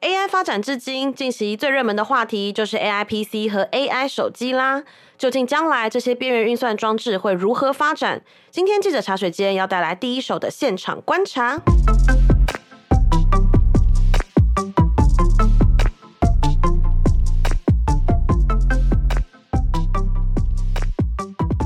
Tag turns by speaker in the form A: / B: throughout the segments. A: AI 发展至今，近期最热门的话题就是 AI PC 和 AI 手机啦。究竟将来这些边缘运算装置会如何发展？今天记者茶水间要带来第一手的现场观察。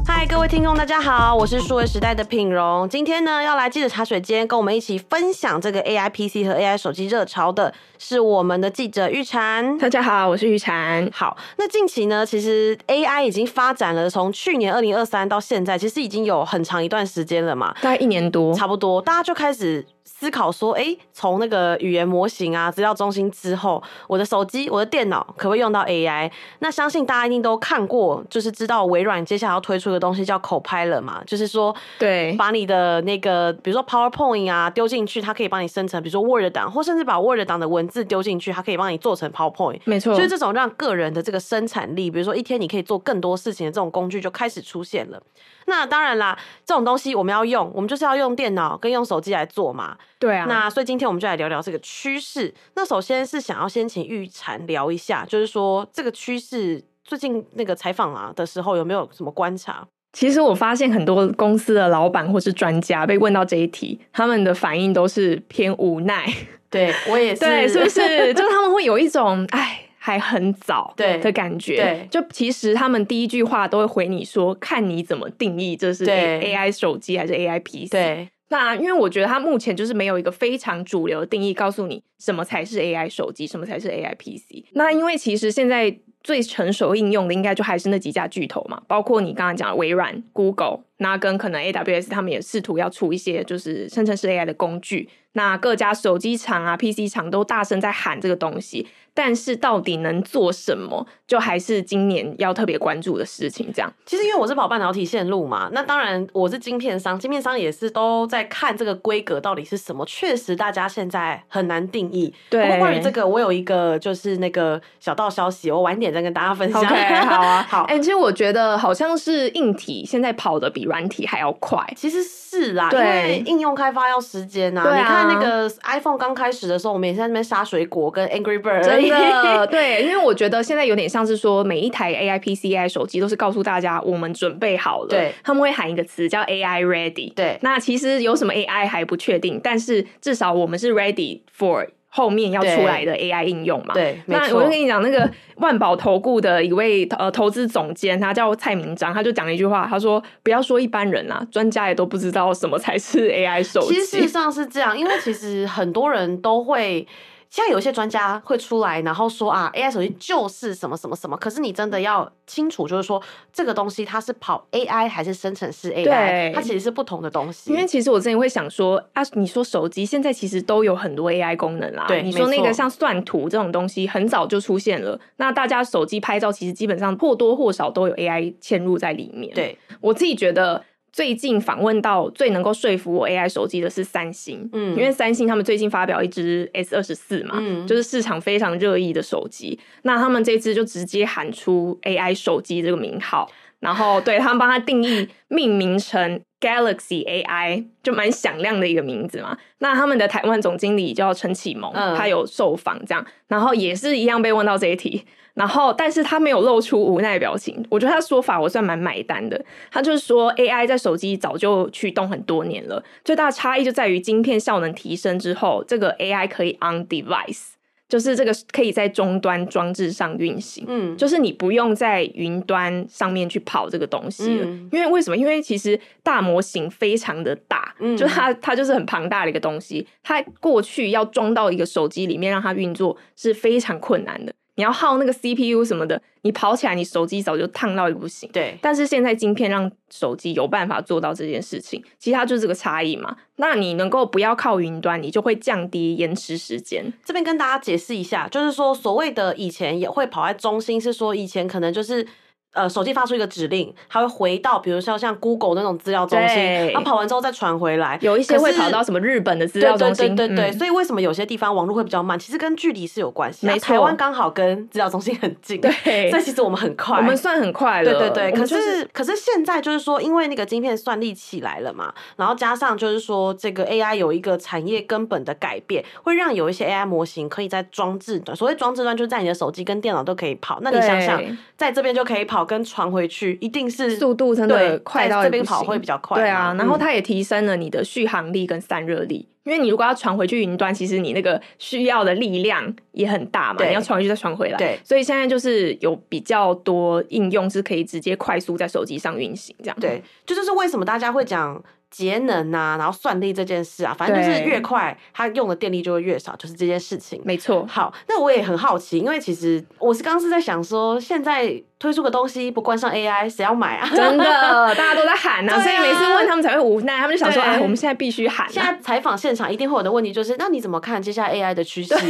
A: 嗨，各位听众，大家好，我是数位时代的品荣。今天呢，要来记者茶水间跟我们一起分享这个 AI PC 和 AI 手机热潮的，是我们的记者玉婵。
B: 大家好，我是玉婵。
A: 好，那近期呢，其实 AI 已经发展了，从去年二零二三到现在，其实已经有很长一段时间了嘛，
B: 大概一年多，
A: 差不多，大家就开始思考说，诶，从那个语言模型啊、资料中心之后，我的手机、我的电脑可不可以用到 AI？那相信大家一定都看过，就是知道微软接下来要推出一个东西叫 Copilot 嘛，就是说
B: 对，
A: 把你的那个，比如说 PowerPoint 啊，丢进去，它可以帮你生成，比如说 Word 档，或甚至把 Word 档的文字丢进去，它可以帮你做成 PowerPoint。
B: 没错，
A: 所以这种让个人的这个生产力，比如说一天你可以做更多事情的这种工具就开始出现了。那当然啦，这种东西我们要用，我们就是要用电脑跟用手机来做嘛。
B: 对啊，
A: 那所以今天我们就来聊聊这个趋势。那首先是想要先请玉婵聊一下，就是说这个趋势最近那个采访啊的时候有没有什么观察？
B: 其实我发现很多公司的老板或是专家被问到这一题，他们的反应都是偏无奈，
A: 对我也
B: 对，是不？是？ 就是他们会有一种哎。还很早
A: 对
B: 的感觉，
A: 对
B: 就其实他们第一句话都会回你说，看你怎么定义这是
A: 对
B: A I 手机还是 A I PC。
A: 对
B: 那因为我觉得它目前就是没有一个非常主流的定义，告诉你什么才是 AI 手机，什么才是 AI PC。那因为其实现在最成熟应用的，应该就还是那几家巨头嘛，包括你刚刚讲的微软、Google，那跟可能 AWS 他们也试图要出一些就是生成式 AI 的工具。那各家手机厂啊、PC 厂都大声在喊这个东西，但是到底能做什么，就还是今年要特别关注的事情。这样
A: 其实因为我是跑半导体线路嘛，那当然我是晶片商，晶片商也是都在看这个规格到底是什么。确实，大家现在很难定义。
B: 对
A: 不过关于这个，我有一个就是那个小道消息，我晚点再跟大家分享。
B: OK，好啊，
A: 好。
B: 哎、其实我觉得好像是硬体现在跑的比软体还要快。
A: 其实是啦，因
B: 对
A: 为应用开发要时间呐、
B: 对啊
A: 你看那个 iPhone 刚开始的时候，我们也是在那边杀水果跟 Angry Bird，而已
B: 真的对，因为我觉得现在有点像是说，每一台 AI PC、AI 手机都是告诉大家我们准备好了，
A: 对，
B: 他们会喊一个词叫 AI ready。
A: 对
B: 那其实有什么 AI 还不确定，但是至少我们是 ready for 后面要出来的 AI 应用嘛。
A: 对，没
B: 那
A: 错
B: 我就跟你讲，那个万宝投顾的一位呃投资总监，他叫蔡明章，他就讲了一句话，他说：“不要说一般人啦、专家也都不知道什么才是 AI 手机。”
A: 其实事实上是这样，因为其实很多人都会。现在有一些专家会出来，然后说啊，AI 手机就是什么什么什么。可是你真的要清楚，就是说这个东西它是跑 AI 还是生成式 AI，
B: 对
A: 它其实是不同的东西。
B: 因为其实我之前会想说啊，你说手机现在其实都有很多 AI 功能啦。啊
A: 对
B: 你说
A: 没
B: 那
A: 错
B: 个像算图这种东西，很早就出现了。那大家手机拍照其实基本上或多或少都有 AI 嵌入在里面。，
A: 对，
B: 我自己觉得最近访问到最能够说服我 AI 手机的是三星，
A: 嗯
B: 因为三星他们最近发表一支 S 二十四嘛，
A: 嗯
B: 就是市场非常热议的手机。那他们这支就直接喊出 AI 手机这个名号，然后对他们帮它定义命名成 Galaxy AI，就蛮响亮的一个名字嘛。那他们的台湾总经理叫陈启蒙，
A: 嗯
B: 他有受访这样，然后也是一样被问到这一题。然后，但是他没有露出无奈的表情。我觉得他说法我算蛮买单的。他就是说，AI 在手机早就驱动很多年了，最大的差异就在于晶片效能提升之后，这个 AI 可以 on device，就是这个可以在终端装置上运行。
A: 嗯，
B: 就是你不用在云端上面去跑这个东西了，
A: 嗯
B: 因为为什么？因为其实大模型非常的大，
A: 嗯
B: 就它它就是很庞大的一个东西，它过去要装到一个手机里面让它运作是非常困难的，你要耗那个 CPU 什么的，你跑起来你手机早就烫到一个不行。
A: 对，
B: 但是现在晶片让手机有办法做到这件事情，其实它就是这个差异嘛。那你能够不要靠云端，你就会降低延迟时间。
A: 这边跟大家解释一下，就是说所谓的以前也会跑在中心，是说以前可能就是。呃手机发出一个指令，它会回到比如说像 Google 那种资料中心
B: 对，
A: 它跑完之后再传回来。
B: 有一些会
A: 可是
B: 跑到什么日本的资料中心，
A: 对对对对对，
B: 嗯
A: 所以为什么有些地方网络会比较慢？其实跟距离是有关系啊。
B: 没错
A: 台湾刚好跟资料中心很近，
B: 对
A: 所以其实我们很快。
B: 我们算很快了，
A: 对对对，
B: 我们
A: 可
B: 就是
A: 可是现在就是说，因为那个晶片算力起来了嘛，然后加上就是说这个 AI 有一个产业根本的改变，会让有一些 AI 模型可以在装置端，所谓装置端就是在你的手机跟电脑都可以跑。那你想想
B: 对，
A: 在这边就可以跑，跟传回去一定是
B: 速度真的
A: 对在
B: 快到
A: 这
B: 也
A: 边
B: 不
A: 跑
B: 行
A: 会比较快嘛。
B: 对啊，然后
A: 嗯
B: 它也提升了你的续航力跟散热力，因为你如果要传回去云端，其实你那个需要的力量也很大嘛，
A: 对
B: 你要传回去再传回来，
A: 对
B: 所以现在就是有比较多应用是可以直接快速在手机上运行这样，
A: 对，这就是为什么大家会讲节能啊，然后算力这件事啊，反正就是
B: 对
A: 越快，它用的电力就会越少，就是这件事情。
B: 没 错，
A: 好，那我也很好奇，因为其实我是刚刚是在想说，现在推出个东西不关上 AI，谁要买啊？
B: 真的大家都在喊
A: 对
B: 啊，
A: 啊
B: 所以每次问他们才会无奈，他们就想说，
A: 对
B: 哎，我们现在必须喊、啊，
A: 现在采访现场一定会有的问题就是，那你怎么看接下来 AI 的趋势？
B: 啊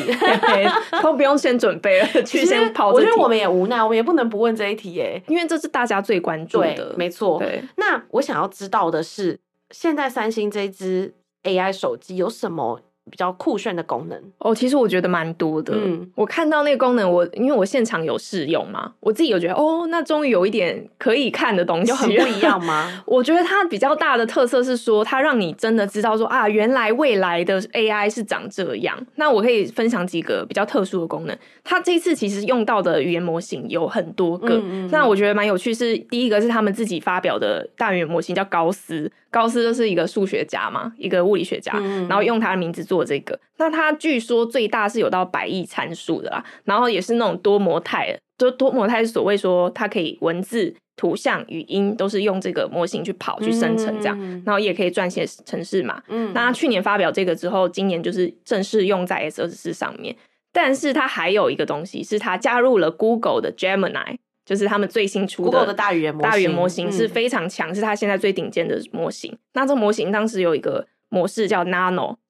B: 对都不用先准备了，
A: 其
B: 去
A: 实
B: 先跑这
A: 我
B: 题。
A: 觉得我们也无奈，我们也不能不问这一题耶、
B: 因为这是大家最关注
A: 对
B: 的，，
A: 没错。
B: 对。
A: 那我想要知道的是，现在三星这支 AI 手机有什么比较酷炫的功能？
B: 哦，其实我觉得蛮多的。
A: 嗯
B: 我看到那个功能我，因为我现场有试用嘛，我自己有觉得哦，那终于有一点可以看的东西，
A: 有很不一样。 吗？
B: 我觉得它比较大的特色是说，它让你真的知道说啊，原来未来的 AI 是长这样。那我可以分享几个比较特殊的功能。它这次其实用到的语言模型有很多个，
A: 嗯嗯嗯
B: 那我觉得蛮有趣是。第一个是他们自己发表的大语言模型叫高斯，高斯就是一个数学家嘛，一个物理学家，
A: 嗯
B: 啊然后用他的名字做这个。那它据说最大是有到百亿参数的啦，然后也是那种多模态的，就多模态是所谓说它可以文字、图像、语音都是用这个模型去跑去生成这样，
A: 嗯
B: 然后也可以撰写程式码。
A: 嗯
B: 那它去年发表这个之后，今年就是正式用在 S 二十四上面。但是它还有一个东西是它加入了 Google 的 Gemini，就是他们最新出
A: Google 的大语言模型，
B: 大语言模型是
A: 嗯
B: 非常强，是它现在最顶尖的模型。那这个模型当时有一个模式叫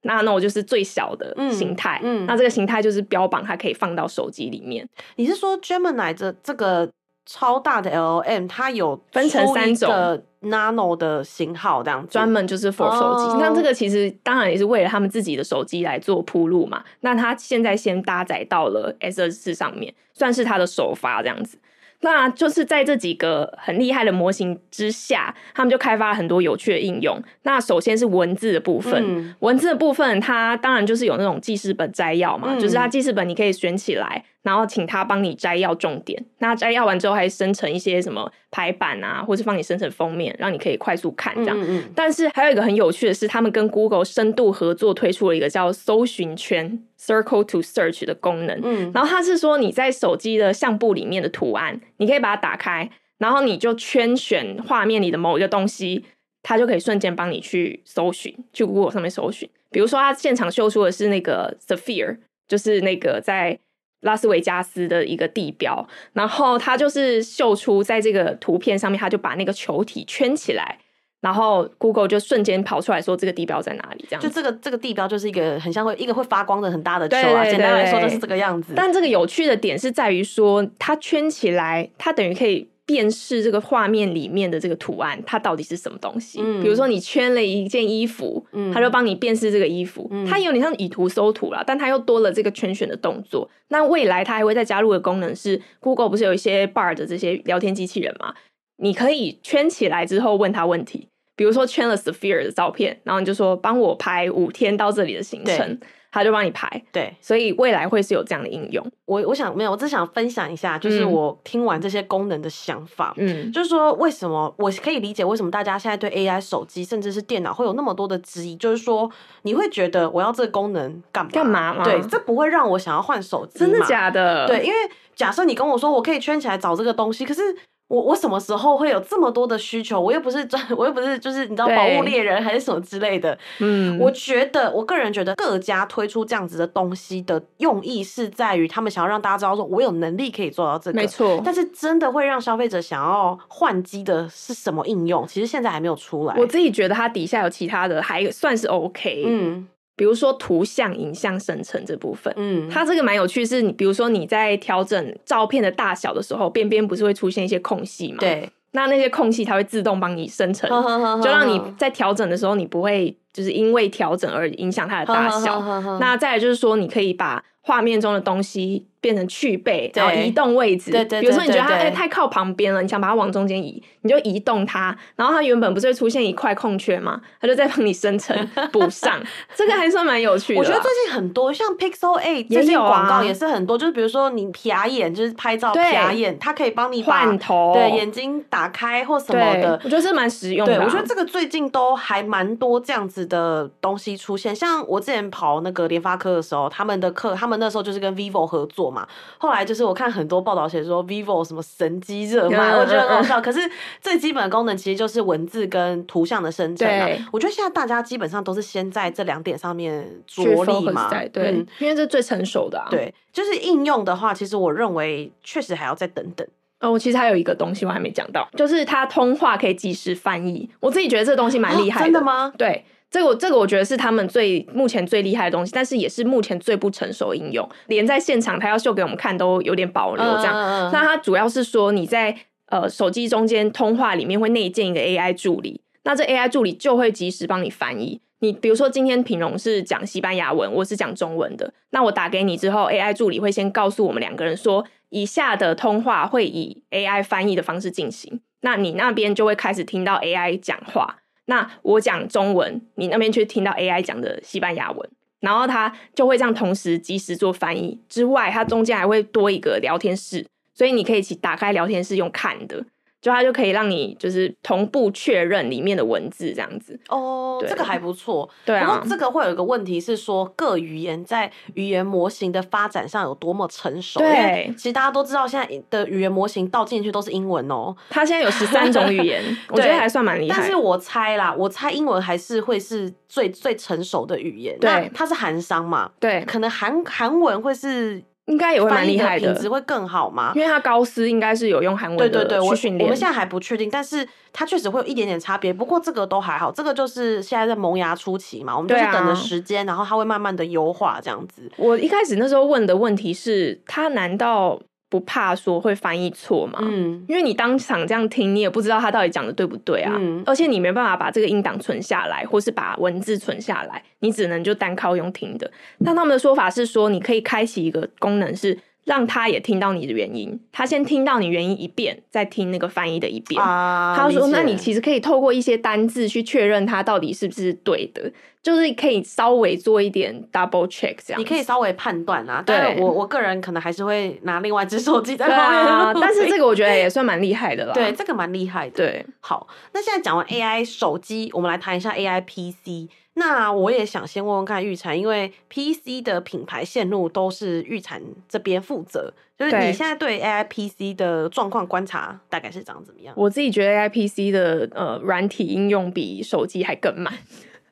B: Nano，Nano 就是最小的
A: 嗯
B: 形态。
A: 嗯
B: 那这个形态就是标榜它可以放到手机里面，
A: 你是说 Gemini 这这个超大的 LLM，它有
B: 分成
A: 出
B: 三
A: 一
B: 种
A: 个 Nano 的型号这样子，
B: 专门就是 for 手机。
A: 哦
B: 那这个其实当然也是为了他们自己的手机来做铺路嘛。那它现在先搭载到了 S 二四上面，算是它的首发这样子。那就是在这几个很厉害的模型之下，他们就开发了很多有趣的应用。那首先是文字的部分，
A: 嗯
B: 文字的部分，它当然就是有那种记事本摘要嘛，
A: 嗯
B: 就是它记事本你可以选起来，然后请它帮你摘要重点。那摘要完之后，还生成一些什么排版啊，或是帮你生成封面，让你可以快速看这
A: 嗯
B: 样。
A: 嗯嗯，
B: 但是还有一个很有趣的是，他们跟 Google 深度合作推出了一个叫搜寻圈 （Circle to Search） 的功能。
A: 嗯
B: 然后它是说你在手机的相簿里面的图案，你可以把它打开，然后你就圈选画面里的某一个东西，它就可以瞬间帮你去搜寻，去 Google 上面搜寻。比如说，它现场秀出的是那个 Sphere，就是那个在拉斯维加斯的一个地标，然后它就是秀出在这个图片上面，它就把那个球体圈起来。然后 Google 就瞬间跑出来说这个地标在哪里，这样
A: 嗯
B: 子
A: 就这个这个地标就是一个很像会一个会发光的很大的球啊，
B: 对对
A: 简单来说
B: 对
A: 就是这个样子。
B: 但这个有趣的点是在于说，它圈起来，它等于可以辨识这个画面里面的这个图案，它到底是什么东西。
A: 嗯
B: 比如说你圈了一件衣服，
A: 嗯
B: 它就帮你辨识这个衣服。
A: 嗯
B: 它有点像以图搜图啦，但它又多了这个圈选的动作。那未来它还会再加入的功能是，Google 不是有一些 Bar 的这些聊天机器人嘛？你可以圈起来之后问他问题，比如说圈了 Sphere 的照片，然后你就说帮我拍五天到这里的行程
A: 对，
B: 他就帮你排。
A: 对
B: 所以未来会是有这样的应用。
A: 我，我想没有，我只想分享一下，就是
B: 嗯
A: 我听完这些功能的想法。
B: 嗯，
A: 就是说，为什么我可以理解为什么大家现在对 AI 手机甚至是电脑会有那么多的质疑？就是说，你会觉得我要这个功能干嘛？
B: 干嘛嘛
A: 对，这不会让我想要换手机嘛。
B: 真的假的？
A: 对，，因为假设你跟我说我可以圈起来找这个东西，可是我我什么时候会有这么多的需求？我又不是专， 我又不是就是你知道
B: 对
A: 保护猎人还是什么之类的。
B: 嗯，
A: 我觉得我个人觉得各家推出这样子的东西的用意是在于他们想要让大家知道说我有能力可以做到这个，
B: 没。错。
A: 但是真的会让消费者想要换机的是什么应用？其实现在还没有出来。
B: 我自己觉得它底下有其他的，还算是 OK。
A: 嗯，
B: 比如说图像、影像生成这部分。
A: 嗯，
B: 它这个蛮有趣，是你比如说你在调整照片的大小的时候，边边不是会出现一些空隙嘛？，
A: 对，
B: 那那些空隙它会自动帮你生成，就
A: 就
B: 让你在调整的时候，你不会就是因为调整而影响它的大小。
A: 那
B: 那再来就是说，你可以把画面中的东西变成去背，
A: 对
B: 然后移动位置。
A: 对对对
B: 比如说你觉得它
A: 对对
B: 哎太靠旁边了，你想把它往中间移，你就移动它，然后它原本不是会出现一块空缺吗？它就再帮你 生成补上，这个还算蛮有趣的
A: 我
B: 啦。
A: 觉得最近很多，像 Pixel Eight
B: 也
A: 最近
B: 有啊
A: 广告也是很多，就是比如说你撇眼，就是拍照
B: 对
A: 撇眼，它可以帮你把
B: 换头，
A: 对眼睛打开或什
B: 对
A: 么的。
B: 我觉得这蛮实用的
A: 对，
B: 啊、
A: 我觉得这个最近都还蛮多这样子的东西出现。像我之前跑那个联发科的时候，他们的课，他们那时候就是跟 vivo 合作嘛。后来就是我看很多报道写说 vivo 什么神机热卖，
B: 嗯
A: 我觉得很
B: 嗯
A: 好
B: 嗯
A: 笑。可是最基本的功能其实就是文字跟图像的生成啊
B: 对。
A: 我觉得现在大家基本上都是先在这两点上面着
B: 去
A: 力
B: focus
A: 嘛
B: 在，对，
A: 嗯
B: 因为这最成熟的啊。，
A: 对，就是应用的话，其实我认为确实还要再等等。
B: 哦，我其实还有一个东西我还没讲到，就是它通话可以即时翻译，我自己觉得这个东西蛮厉害
A: 啊真的吗？
B: 对，这个我这个我觉得是他们最目前最厉害的东西，但是也是目前最不成熟的应用，连在现场他要秀给我们看都有点保留这样。
A: 嗯嗯嗯
B: 那它主要是说你在呃手机中间通话里面会内建一个 AI 助理，那这 AI 助理就会及时帮你翻译。你比如说今天品荣是讲西班牙文，我是讲中文的，那我打给你之后，AI 助理会先告诉我们两个人说，以下的通话会以 AI 翻译的方式进行。那你那边就会开始听到 AI 讲话，那我讲中文，你那边却听到 AI 讲的西班牙文，然后它就会这样同时及时做翻译。之外，它中间还会多一个聊天室，所以你可以一起打开聊天室用看的，就它就可以让你就是同步确认里面的文字这样子。
A: 哦，
B: 对
A: 这个还不错。
B: 对
A: 不
B: 啊
A: 过，这个会有一个问题是说，各语言在语言模型的发展上有多么成熟？
B: 对
A: 因为其实大家都知道，现在的语言模型倒进去都是英文哦。
B: 它现在有十三种语 言，我觉得还算蛮厉害。
A: 但是我猜啦，我猜英文还是会是最最成熟的语言。
B: 对
A: 那它是韩商嘛，
B: 对，
A: 可能韩韩文会是
B: 应该也会蛮
A: 翻译
B: 厉害
A: 品
B: 的，
A: 质会更好吗？
B: 因为它高斯应该是有用韩
A: 对
B: 文
A: 对
B: 的
A: 对，我
B: 去训练。
A: 我们现在还不确定，但是它确实会有一点点差别。不过这个都还好，这个就是现在在萌芽初期嘛，我们就是
B: 对啊
A: 等着时间，然后它会慢慢的优化这样子。
B: 我一开始那时候问的问题是，他难道不怕说会翻译错吗？
A: 嗯，
B: 因为你当场这样听，你也不知道他到底讲的对不对啊，
A: 嗯
B: 而且你没办法把这个音档存下来，或是把文字存下来，你只能就单靠用听的。那他们的说法是说，你可以开启一个功能是。让他也听到你的原因，他先听到你原因一遍，再听那个翻译的一遍。
A: 啊
B: 他说：“
A: 理解
B: 那你其实可以透过一些单字去确认它到底是不是对的，就是可以稍微做一点 double check 这样。”
A: 你可以稍微判断啊，但是
B: 对
A: 我我个人可能还是会拿另外一只手机在
B: 对
A: 旁边录
B: 啊
A: 影、，
B: 但是这个我觉得也算蛮厉害的啦。
A: 对这个蛮厉害的。，
B: 对，
A: 好，那现在讲完 AI 手机，我们来谈一下 AI PC。那我也想先问问看玉婵，因为 PC 的品牌线路都是玉婵这边负责，就是
B: 对
A: 你现在对 AI PC 的状况观察大概是长怎么样？
B: 我自己觉得 A I P C 的呃软体应用比手机还更慢，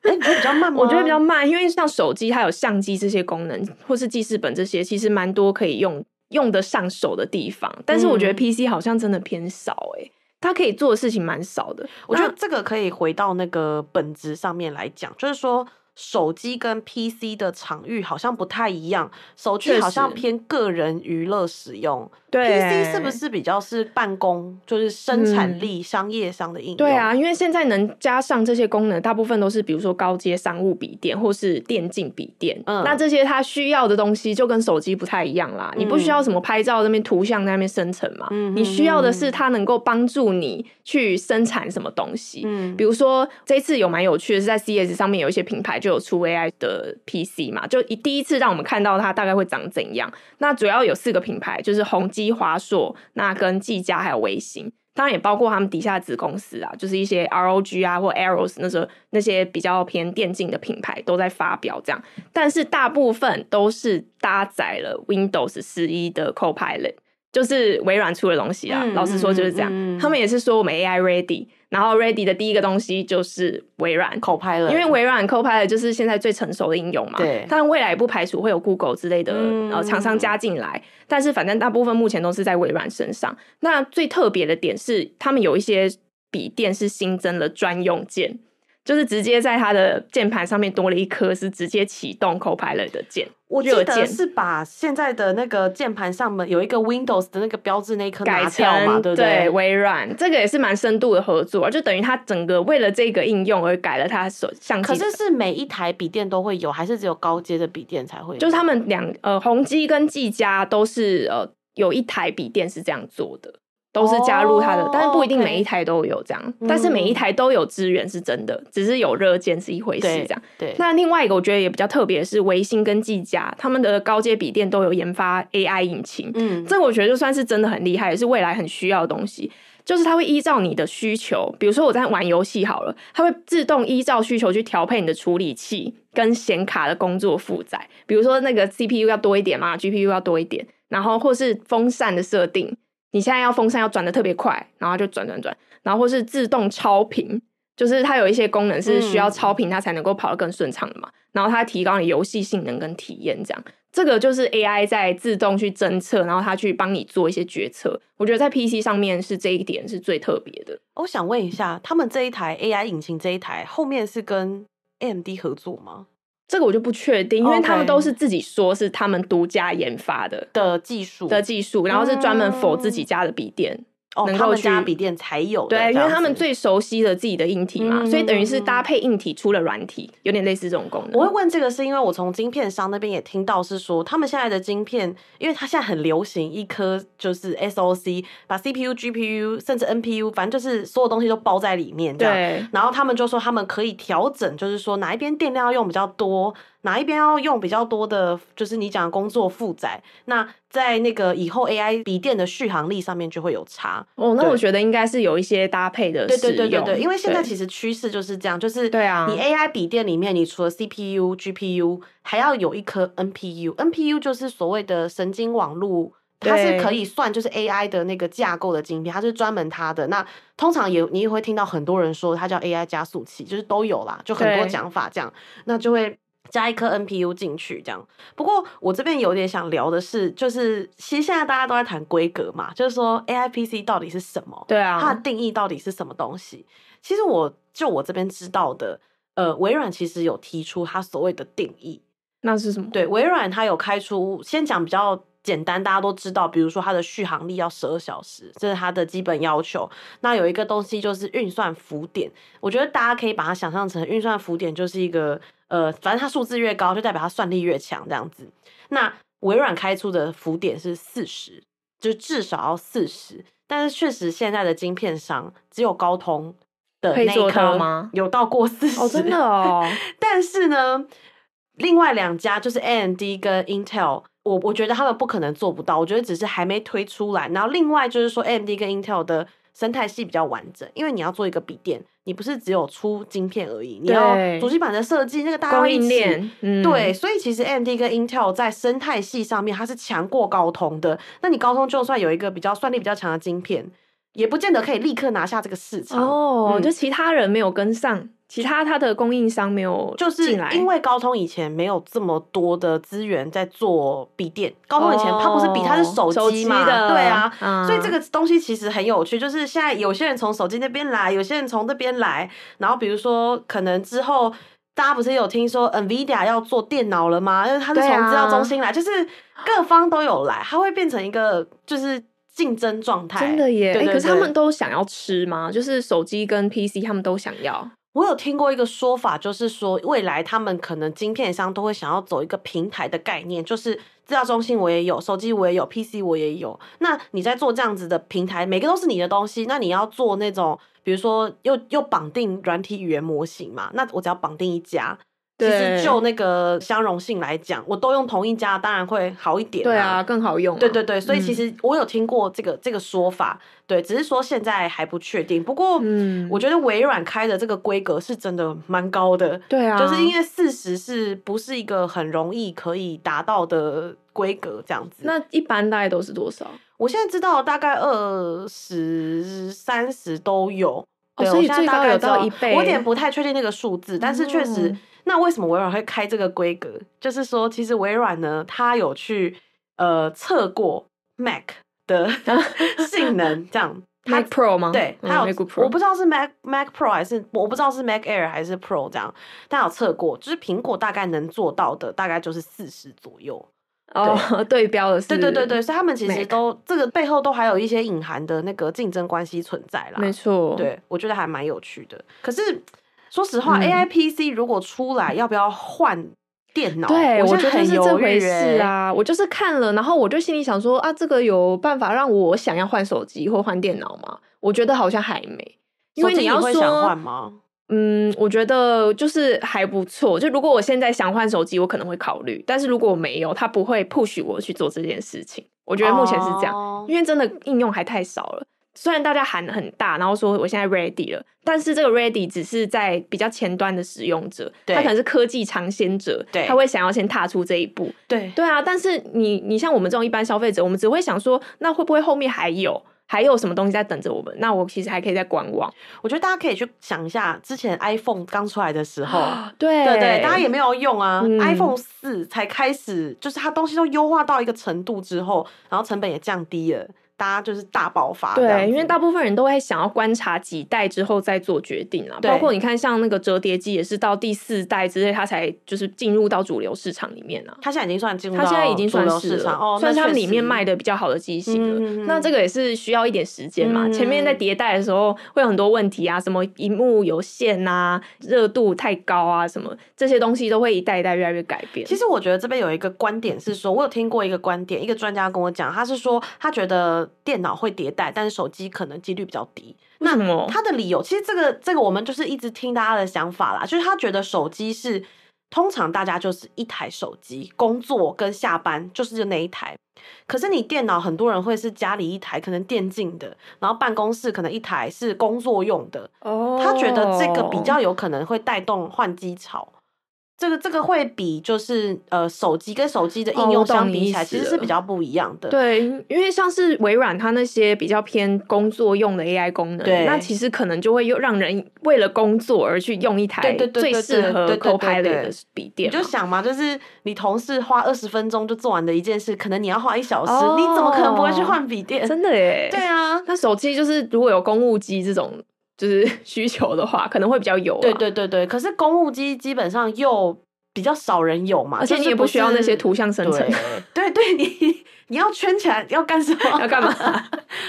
A: 哎、你觉得比较慢吗？
B: 我觉得比较慢，因为像手机它有相机这些功能，或是记事本这些，其实蛮多可以用用得上手的地方。但是我觉得
A: 嗯
B: P C 好像真的偏少诶、欸它可以做的事情蛮少的。
A: 我觉得这个可以回到那个本质上面来讲，就是说手机跟 PC 的场域好像不太一样，手机
B: 确
A: 好像
B: 实
A: 偏个人娱乐使用
B: 对
A: ，PC 是不？是比较是办公，就是生产
B: 嗯
A: 力、商业上的应用？
B: 对啊，因为现在能加上这些功能，大部分都是比如说高阶商务笔电或是电竞笔电。
A: 嗯
B: 那这些它需要的东西就跟手机不太一样啦，你不需要什么拍照那边图像在那边生成嘛，
A: 嗯
B: 你需要的是它能够帮助你去生产什么东西。
A: 嗯
B: 比如说，这次有蛮有趣的是，在 CS 上面有一些品牌就有出 AI 的 PC 嘛，就一第一次让我们看到它大概会长怎样。那主要有四个品牌，就是宏基、华硕，那跟技嘉还有微星，当然也包括他们底下子公司啊，就是一些 ROG 啊或 Aros 那时候那些比较偏电竞的品牌都在发表这样，但是大部分都是搭载了 Windows 十一的 Copilot。就是微软出的东西啊，
A: 嗯
B: 老实说就是这样。
A: 嗯嗯嗯
B: 他们也是说我们 AI ready，然后 ready 的第一个东西就是微软，
A: 口拍了，
B: 因为微软 Copilot 就是现在最成熟的应用嘛。
A: 对
B: 但未来也不排除会有 Google 之类的、
A: 嗯
B: 呃厂商加进来，但是反正大部分目前都是在微软身上。那最特别的点是，他们有一些笔电是新增了专用键。就是直接在它的键盘上面多了一颗是直接启动 Copilot 的键，
A: 我记
B: 热
A: 得
B: 键
A: 是把现在的那个键盘上面有一个 Windows 的那个标志那一颗拿
B: 改成
A: 掉嘛，对不对？
B: 微软这个也是蛮深度的合作、啊，就等于它整个为了这个应用而改了它手相机
A: 可
B: 的。
A: 是是每一台笔电都会有，还是只有高阶的笔电才会有？
B: 就是他们两呃宏基跟技嘉都是呃有一台笔电是这样做的，都是加入它的，
A: 哦
B: 但是不一定
A: OK 嗯
B: 每一台都有这样，但是每一台都有资源是真的，只是有热键是一回事
A: 对
B: 这样。
A: 对，
B: 那另外一个我觉得也比较特别的是维新跟技嘉，他们的高阶笔电都有研发 AI 引擎，
A: 嗯，
B: 这个我觉得就算是真的很厉害，也是未来很需要的东西。就是它会依照你的需求，比如说我在玩游戏好了，它会自动依照需求去调配你的处理器跟显卡的工作负载，比如说那个 CPU 要多一点嘛，GPU 要多一点，然后或是风扇的设定，你现在要风扇要转的特别快，然后就转转转，然后或是自动超频，就是它有一些功能是需要
A: 嗯
B: 超频它才能够跑得更顺畅的嘛，然后它提高你游戏性能跟体验这样。这个就是 AI 在自动去侦测，然后它去帮你做一些决策。我觉得在 PC 上面是这一点是最特别的。
A: 我想问一下，他们这一台 AI 引擎这一台后面是跟 AMD 合作吗？
B: 这个我就不确定，因为
A: OK
B: 他们都是自己说是他们独家研发的
A: 的技术
B: 的技术，然后是专门否
A: 嗯
B: 自己家的笔电。
A: 哦，
B: 能
A: 他
B: 够
A: 们家
B: 去
A: 笔电才有的
B: 对，
A: 这
B: 因为
A: 样
B: 他们
A: 子
B: 最熟悉的自己的硬体嘛，
A: 嗯
B: 所以等于是搭配硬体出了软体，有点类似这种功能。
A: 我会问这个，是因为我从晶片商那边也听到，是说他们现在的晶片，因为它现在很流行一颗就是 SOC，把 CPU、GPU 甚至 NPU，反正就是所有东西都包在里面这样。
B: 对
A: 然后他们就说他们可以调整，就是说哪一边电量要用比较多，哪一边要用比较多的，就是你讲的工作负载。那在那个以后 AI 笔电的续航力上面就会有差。
B: 哦，那
A: 对
B: 我觉得应该是有一些搭配的
A: 对
B: 使
A: 对
B: 用，
A: 对对对，因为现在
B: 对
A: 其实趋势就是这样，就是
B: 对啊
A: 你 AI 笔电里面，你除了 CPU、GPU，还要有一颗 NPU，NPU 就是所谓的神经网络。它
B: 对
A: 是可以算，就是 AI 的那个架构的晶片，它是专门它的。那通常也你也会听到很多人说它叫 AI 加速器，就是都有啦，就很多
B: 对
A: 讲法这样。那就会加一颗 NPU 进去这样。不过我这边有点想聊的是，就是其实现在大家都在谈规格嘛，就是说 AIPC 到底是什么？
B: 对
A: 它的
B: 啊，
A: 定义到底是什么东西？其实我就我这边知道的，呃，微软其实有提出它所谓的定义。
B: 那是什么？
A: 对，微软它有开出，先讲比较简单，大家都知道，比如说它的续航力要十二小时，这是它的基本要求。那有一个东西就是运算浮点，我觉得大家可以把它想象成运算浮点就是一个呃，反正它数字越高，就代表它算力越强这样子。那微软开出的浮点是四十，就至少要四十。但是确实现在的晶片商只有高通的
B: 可以
A: 那一
B: 做到
A: 颗
B: 吗
A: 有到过四十、
B: 哦，真的哦，
A: 但是呢，另外两家就是 AMD 跟 Intel，我我觉得他们不可能做不到，我觉得只是还没推出来。然后另外就是说 AMD 跟 Intel 的生态系比较完整，因为你要做一个笔电，你不是只有出晶片而已，你要
B: 对
A: 主机板的设计，那个大家要
B: 供
A: 一
B: 应
A: 起。
B: 链，嗯，
A: 对，所以其实 AMD 跟 Intel 在生态系上面，它是强过高通的。那你高通就算有一个比较算力比较强的晶片，也不见得可以立刻拿下这个市场。
B: 哦，
A: 嗯
B: 就其他人没有跟上，其他他的供应商没有
A: 就是
B: 进来，
A: 因为高通以前没有这么多的资源在做笔电，高通以前它不是笔，它是
B: 哦手
A: 机嘛，
B: 机的
A: 对啊。
B: 嗯
A: 所以这个东西其实很有趣，就是现在有些人从手机那边来，有些人从这边来，然后比如说可能之后大家不是有听说 NVIDIA 要做电脑了吗？因为它是
B: 对啊
A: 从资料中心来，就是各方都有来，它会变成一个就是竞争状态。
B: 真的耶，
A: 对
B: 诶
A: 对
B: 可是他
A: 对
B: 们都想要吃吗？就是手机跟 PC 他们都想要，
A: 我有听过一个说法，就是说未来他们可能晶片商都会想要走一个平台的概念，就是资料中心我也有，手机我也有，PC 我也有。那你在做这样子的平台，每个都是你的东西，那你要做那种，比如说又又绑定软体语言模型嘛，那我只要绑定一家。其
B: 对
A: 实就那个相容性来讲，我都用同一家，当然会好一点、
B: 对啊，，更好用啊、
A: 对对对，所以其
B: 嗯
A: 实我有听过这个、这个说法，对，只是说现在还不确定。不过，
B: 嗯
A: 我觉得微软开的这个规格是真的蛮高的，
B: 对啊，
A: 就是因为四十是不是一个很容易可以达到的规格这样子？
B: 那一般大概都是多少？
A: 我现在知道大概二十三十都有。
B: 哦
A: 对，
B: 所以
A: 我现在
B: 最
A: 大
B: 高
A: 概
B: 有
A: 知道
B: 到一倍
A: 我有点不太确定那个数字，但是确实，
B: 哦
A: 那为什么微软会开这个规格？就是说，其实微软呢，它有去呃测过 Mac 的 性能，这样它
B: Mac Pro 吗？
A: 对，
B: 嗯
A: 它有、
B: MacBook Pro
A: 我不知道是 Mac Mac Pro 还是我不知道是 Mac Air 还是 Pro 这样，但有测过，就是苹果大概能做到的大概就是四十左右。
B: 哦，对标的是，
A: 对对对对，所以他们其实
B: Mac
A: 都这个背后都还有一些隐含的那个竞争关系存在啦。
B: 没错，，
A: 对，我觉得还蛮有趣的。可是说实话、
B: 嗯
A: a I P C 如果出来，要不要换电脑？
B: 对我
A: 我
B: 觉
A: 现在
B: 得
A: 很
B: 是
A: 犹
B: 这
A: 豫
B: 回事
A: 欸。
B: 啊，我就是看了，然后我就心里想说啊，这个有办法让我想要换手机或换电脑吗？我觉得好像还没，因为
A: 手机
B: 要
A: 会想换
B: 说，
A: 吗？
B: 嗯，我觉得就是还不错。就如果我现在想换手机，我可能会考虑，但是如果我没有，它不会 push 我去做这件事情。我
A: 我
B: 觉得目前是这样。
A: 样
B: 因为真的应用还太少了。虽然大家喊得很大，然后说我现在 ready 了，但是这个 ready 只是在比较前端的使用者，
A: 对
B: 他可能是科技尝鲜者，
A: 对
B: 他会想要先踏出这一步。
A: 对
B: 对啊，但是你你像我们这种一般消费者，我们只会想说，那会不会后面还有还有什么东西在等着我们？那我其实还可以再观望。
A: 我觉得大家可以去想一下，之前 iPhone 刚出来的时 候，
B: 对
A: 对对，大家也没有用啊。
B: 嗯
A: iPhone 四才开始，就是它东西都优化到一个程度之后，然后成本也降低了，大家就是大爆发这样子。
B: 对，因为大部分人都会想要观察几代之后再做决定啊。
A: 对
B: 包括你看，像那个折叠机也是到第四代之类，它才就是进入到主流市场里面啊。
A: 它现在已经算进入
B: 它现在已经
A: 主
B: 算
A: 流
B: 是
A: 市场
B: 了，
A: 哦，
B: 算是
A: 那
B: 他
A: 确
B: 们里面
A: 实
B: 卖的比较好的机型了。
A: 嗯嗯嗯
B: 那这个也是需要一点时间嘛，
A: 嗯
B: 前面在迭代的时候会有很多问题啊，什么荧幕有限啊，热度太高啊，什么这些东西都会一代一代越来越改变。
A: 其实我觉得这边有一个观点是说，我有听过一个观点，一个专家跟我讲，他是说他觉得电脑会迭代，但是手机可能几率比较低。
B: 为什么
A: 他的理由其实这个这个我们就是一直听大家的想法啦，就是他觉得手机是通常大家就是一台手机，工作跟下班就是那一台。可是你电脑很多人会是家里一台，可能电竞的，然后办公室可能一台是工作用的，
B: 哦
A: 他觉得这个比较有可能会带动换机潮。这个这个会比就是呃手机跟手机的应
B: 哦我
A: 用
B: 懂
A: 相
B: 你
A: 比
B: 意
A: 起来，其
B: 思
A: 实是
B: 了
A: 比较不一样的。
B: 对，因为像是微软它那些比较偏工作用的 AI 功能
A: 对，
B: 那其实可能就会又让人为了工作而去用一台
A: 对对对
B: 最
A: 对
B: 适合
A: 对对对
B: Copilot
A: 对
B: 的笔
A: 你
B: 电嘛。
A: 就想嘛，就是你同事花二十分钟就做完的一件事，可能你要花一小时，
B: 哦
A: 你怎么可能不会去换笔电？
B: 真的耶，
A: 对啊，
B: 那手机就是如果有公务机这种就是 需求的话，可能会比较有、啊。
A: 对，对对对。可是公务机基本上又比较少人有嘛，
B: 而且
A: 就
B: 你
A: 是
B: 也不需要那些
A: 是
B: 图像生成，
A: 对对对，你你要圈起来要干什么？
B: 要 干嘛？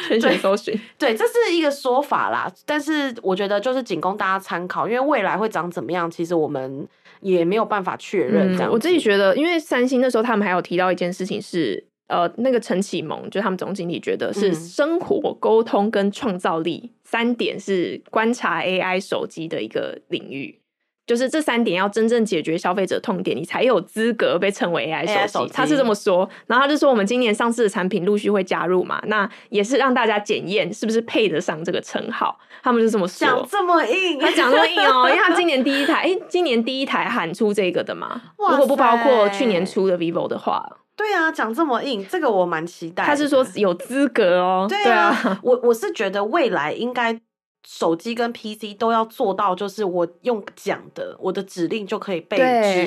B: 全选搜寻。
A: 对，这是一个说法啦，但是我觉得就是仅供大家参考，因为未来会长怎么样，其实我们也没有办法确认。这样、
B: 嗯我自己，觉得，因为三星那时候他们还有提到一件事情是，呃，那个陈启蒙，就是他们总经理觉得是
A: 嗯
B: 生活、沟通跟创造力三点是观察 AI 手机的一个领域。就是这三点要真正解决消费者痛点，你才有资格被称为 AI 手
A: AI
B: 机。
A: 手机
B: 他是这么说，然后他就说我们今年上市的产品陆续会加入嘛，那也是让大家检验是不是配得上这个称号。他们就这么说，
A: 讲这么硬，
B: 他讲那么硬哦，因为他今年第一台，哎、今年第一台喊出这个的嘛。
A: 哇
B: 如果不包括
A: 塞
B: 去年出的 vivo 的话，
A: 对啊，讲这么硬，这个我蛮期待的。
B: 他是说有资格哦。
A: 哎对
B: 对
A: 啊，
B: 啊，
A: 我我是觉得未来应该手机跟 PC 都要做到，就是我用讲的，我的指令就可以被
B: 对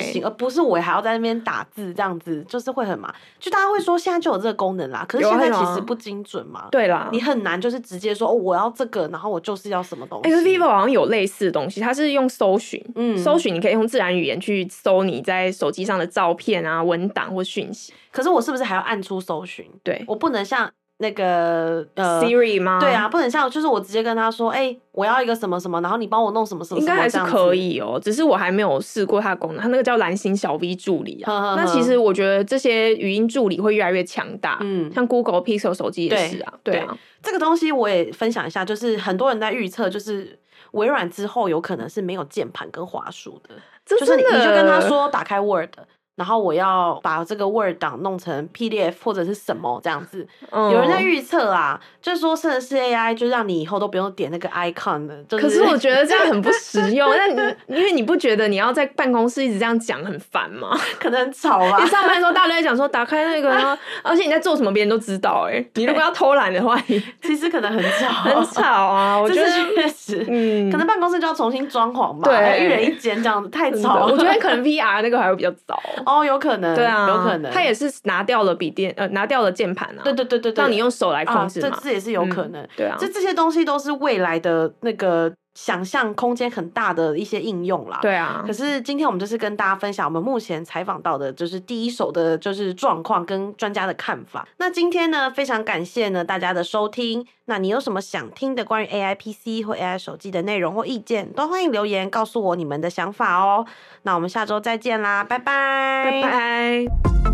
A: 执行，而不是我还要在那边打字这样子，就是会很麻。就大家会说现在就有这个功能啦，可是
B: 有啊
A: 现在
B: 有啊
A: 其实不精准嘛。
B: 对啊啦。哎
A: 你很难就是直接说哦，我要这个，然后我就是要什么东西。
B: 哎、可是 vivo 好像有类似的东西，它是用搜寻，
A: 嗯
B: 搜寻你可以用自然语言去搜你在手机上的照片啊、文档或讯息。
A: 可是我是不是还要按出搜寻？
B: 对、
A: 我不能像那个呃
B: s i r i 吗？
A: 对啊，，不能像就是我直接跟他说，哎、我要一个什么什么，然后你帮我弄什么什么
B: 应
A: 什么，
B: 该还是
A: 这样子
B: 可。以哦，只是我还没有试过它的功能，它那个叫蓝星小 V 助理啊。
A: 呵呵呵
B: 那其实我觉得这些语音助理会越来越强大，
A: 嗯
B: 像 Google Pixel 手机也是啊，
A: 对
B: 对啊，
A: 这个东西我也分享一下，就是很多人在预测，就是微软之后有可能是没有键盘跟滑鼠的，
B: 这
A: 就是你
B: 真的欸
A: 你就跟他，说打开 Word，然后我要把这个 Word 档弄成 PDF 或者是什么这样子。
B: 嗯
A: 有人在预测啦，就是说甚至是 AI 就让你以后都不用点那个 icon 了。就
B: 可是我觉得这样很不 实用。那你因为你不觉得你要在办公室一直这样讲很烦吗？
A: 可能很吵啊啦
B: 你。上班的时候大家都在讲说打开那个，然后 而且你在做什么，别人都知道、 欸。哎，你如果要偷懒的话，你
A: 其实可能很吵，
B: 很吵 啊。我
A: 这
B: 觉
A: 是
B: 得，
A: 确实。
B: 嗯
A: 可能办公室就要重新装潢吧，
B: 对
A: 还有一人一间这样子太
B: 真的
A: 吵了。
B: 我觉得可能 VR 那个还会比较早。
A: 哦，有可能，
B: 对啊，
A: 有可能，
B: 它也是拿掉了笔电，呃，拿掉了键盘啊，
A: 对对对对对，
B: 让你用手来控
A: 啊，
B: 制
A: 这
B: 嘛。
A: 这也是有可能。
B: 对啊，
A: 这这些东西都是未来的那个想象空间很大的一些应用啦。。
B: 对啊
A: 可，是今天我们就是跟大家分享我们目前采访到的，就是第一手的，就是状况跟专家的看法。那今天呢，非常感谢呢大家的收听。那你有什么想听的关于 AI PC 或 AI 手机的内容或意见，都欢迎留言告诉我你们的想法哦。那我们下周再见啦，拜拜，
B: 拜拜。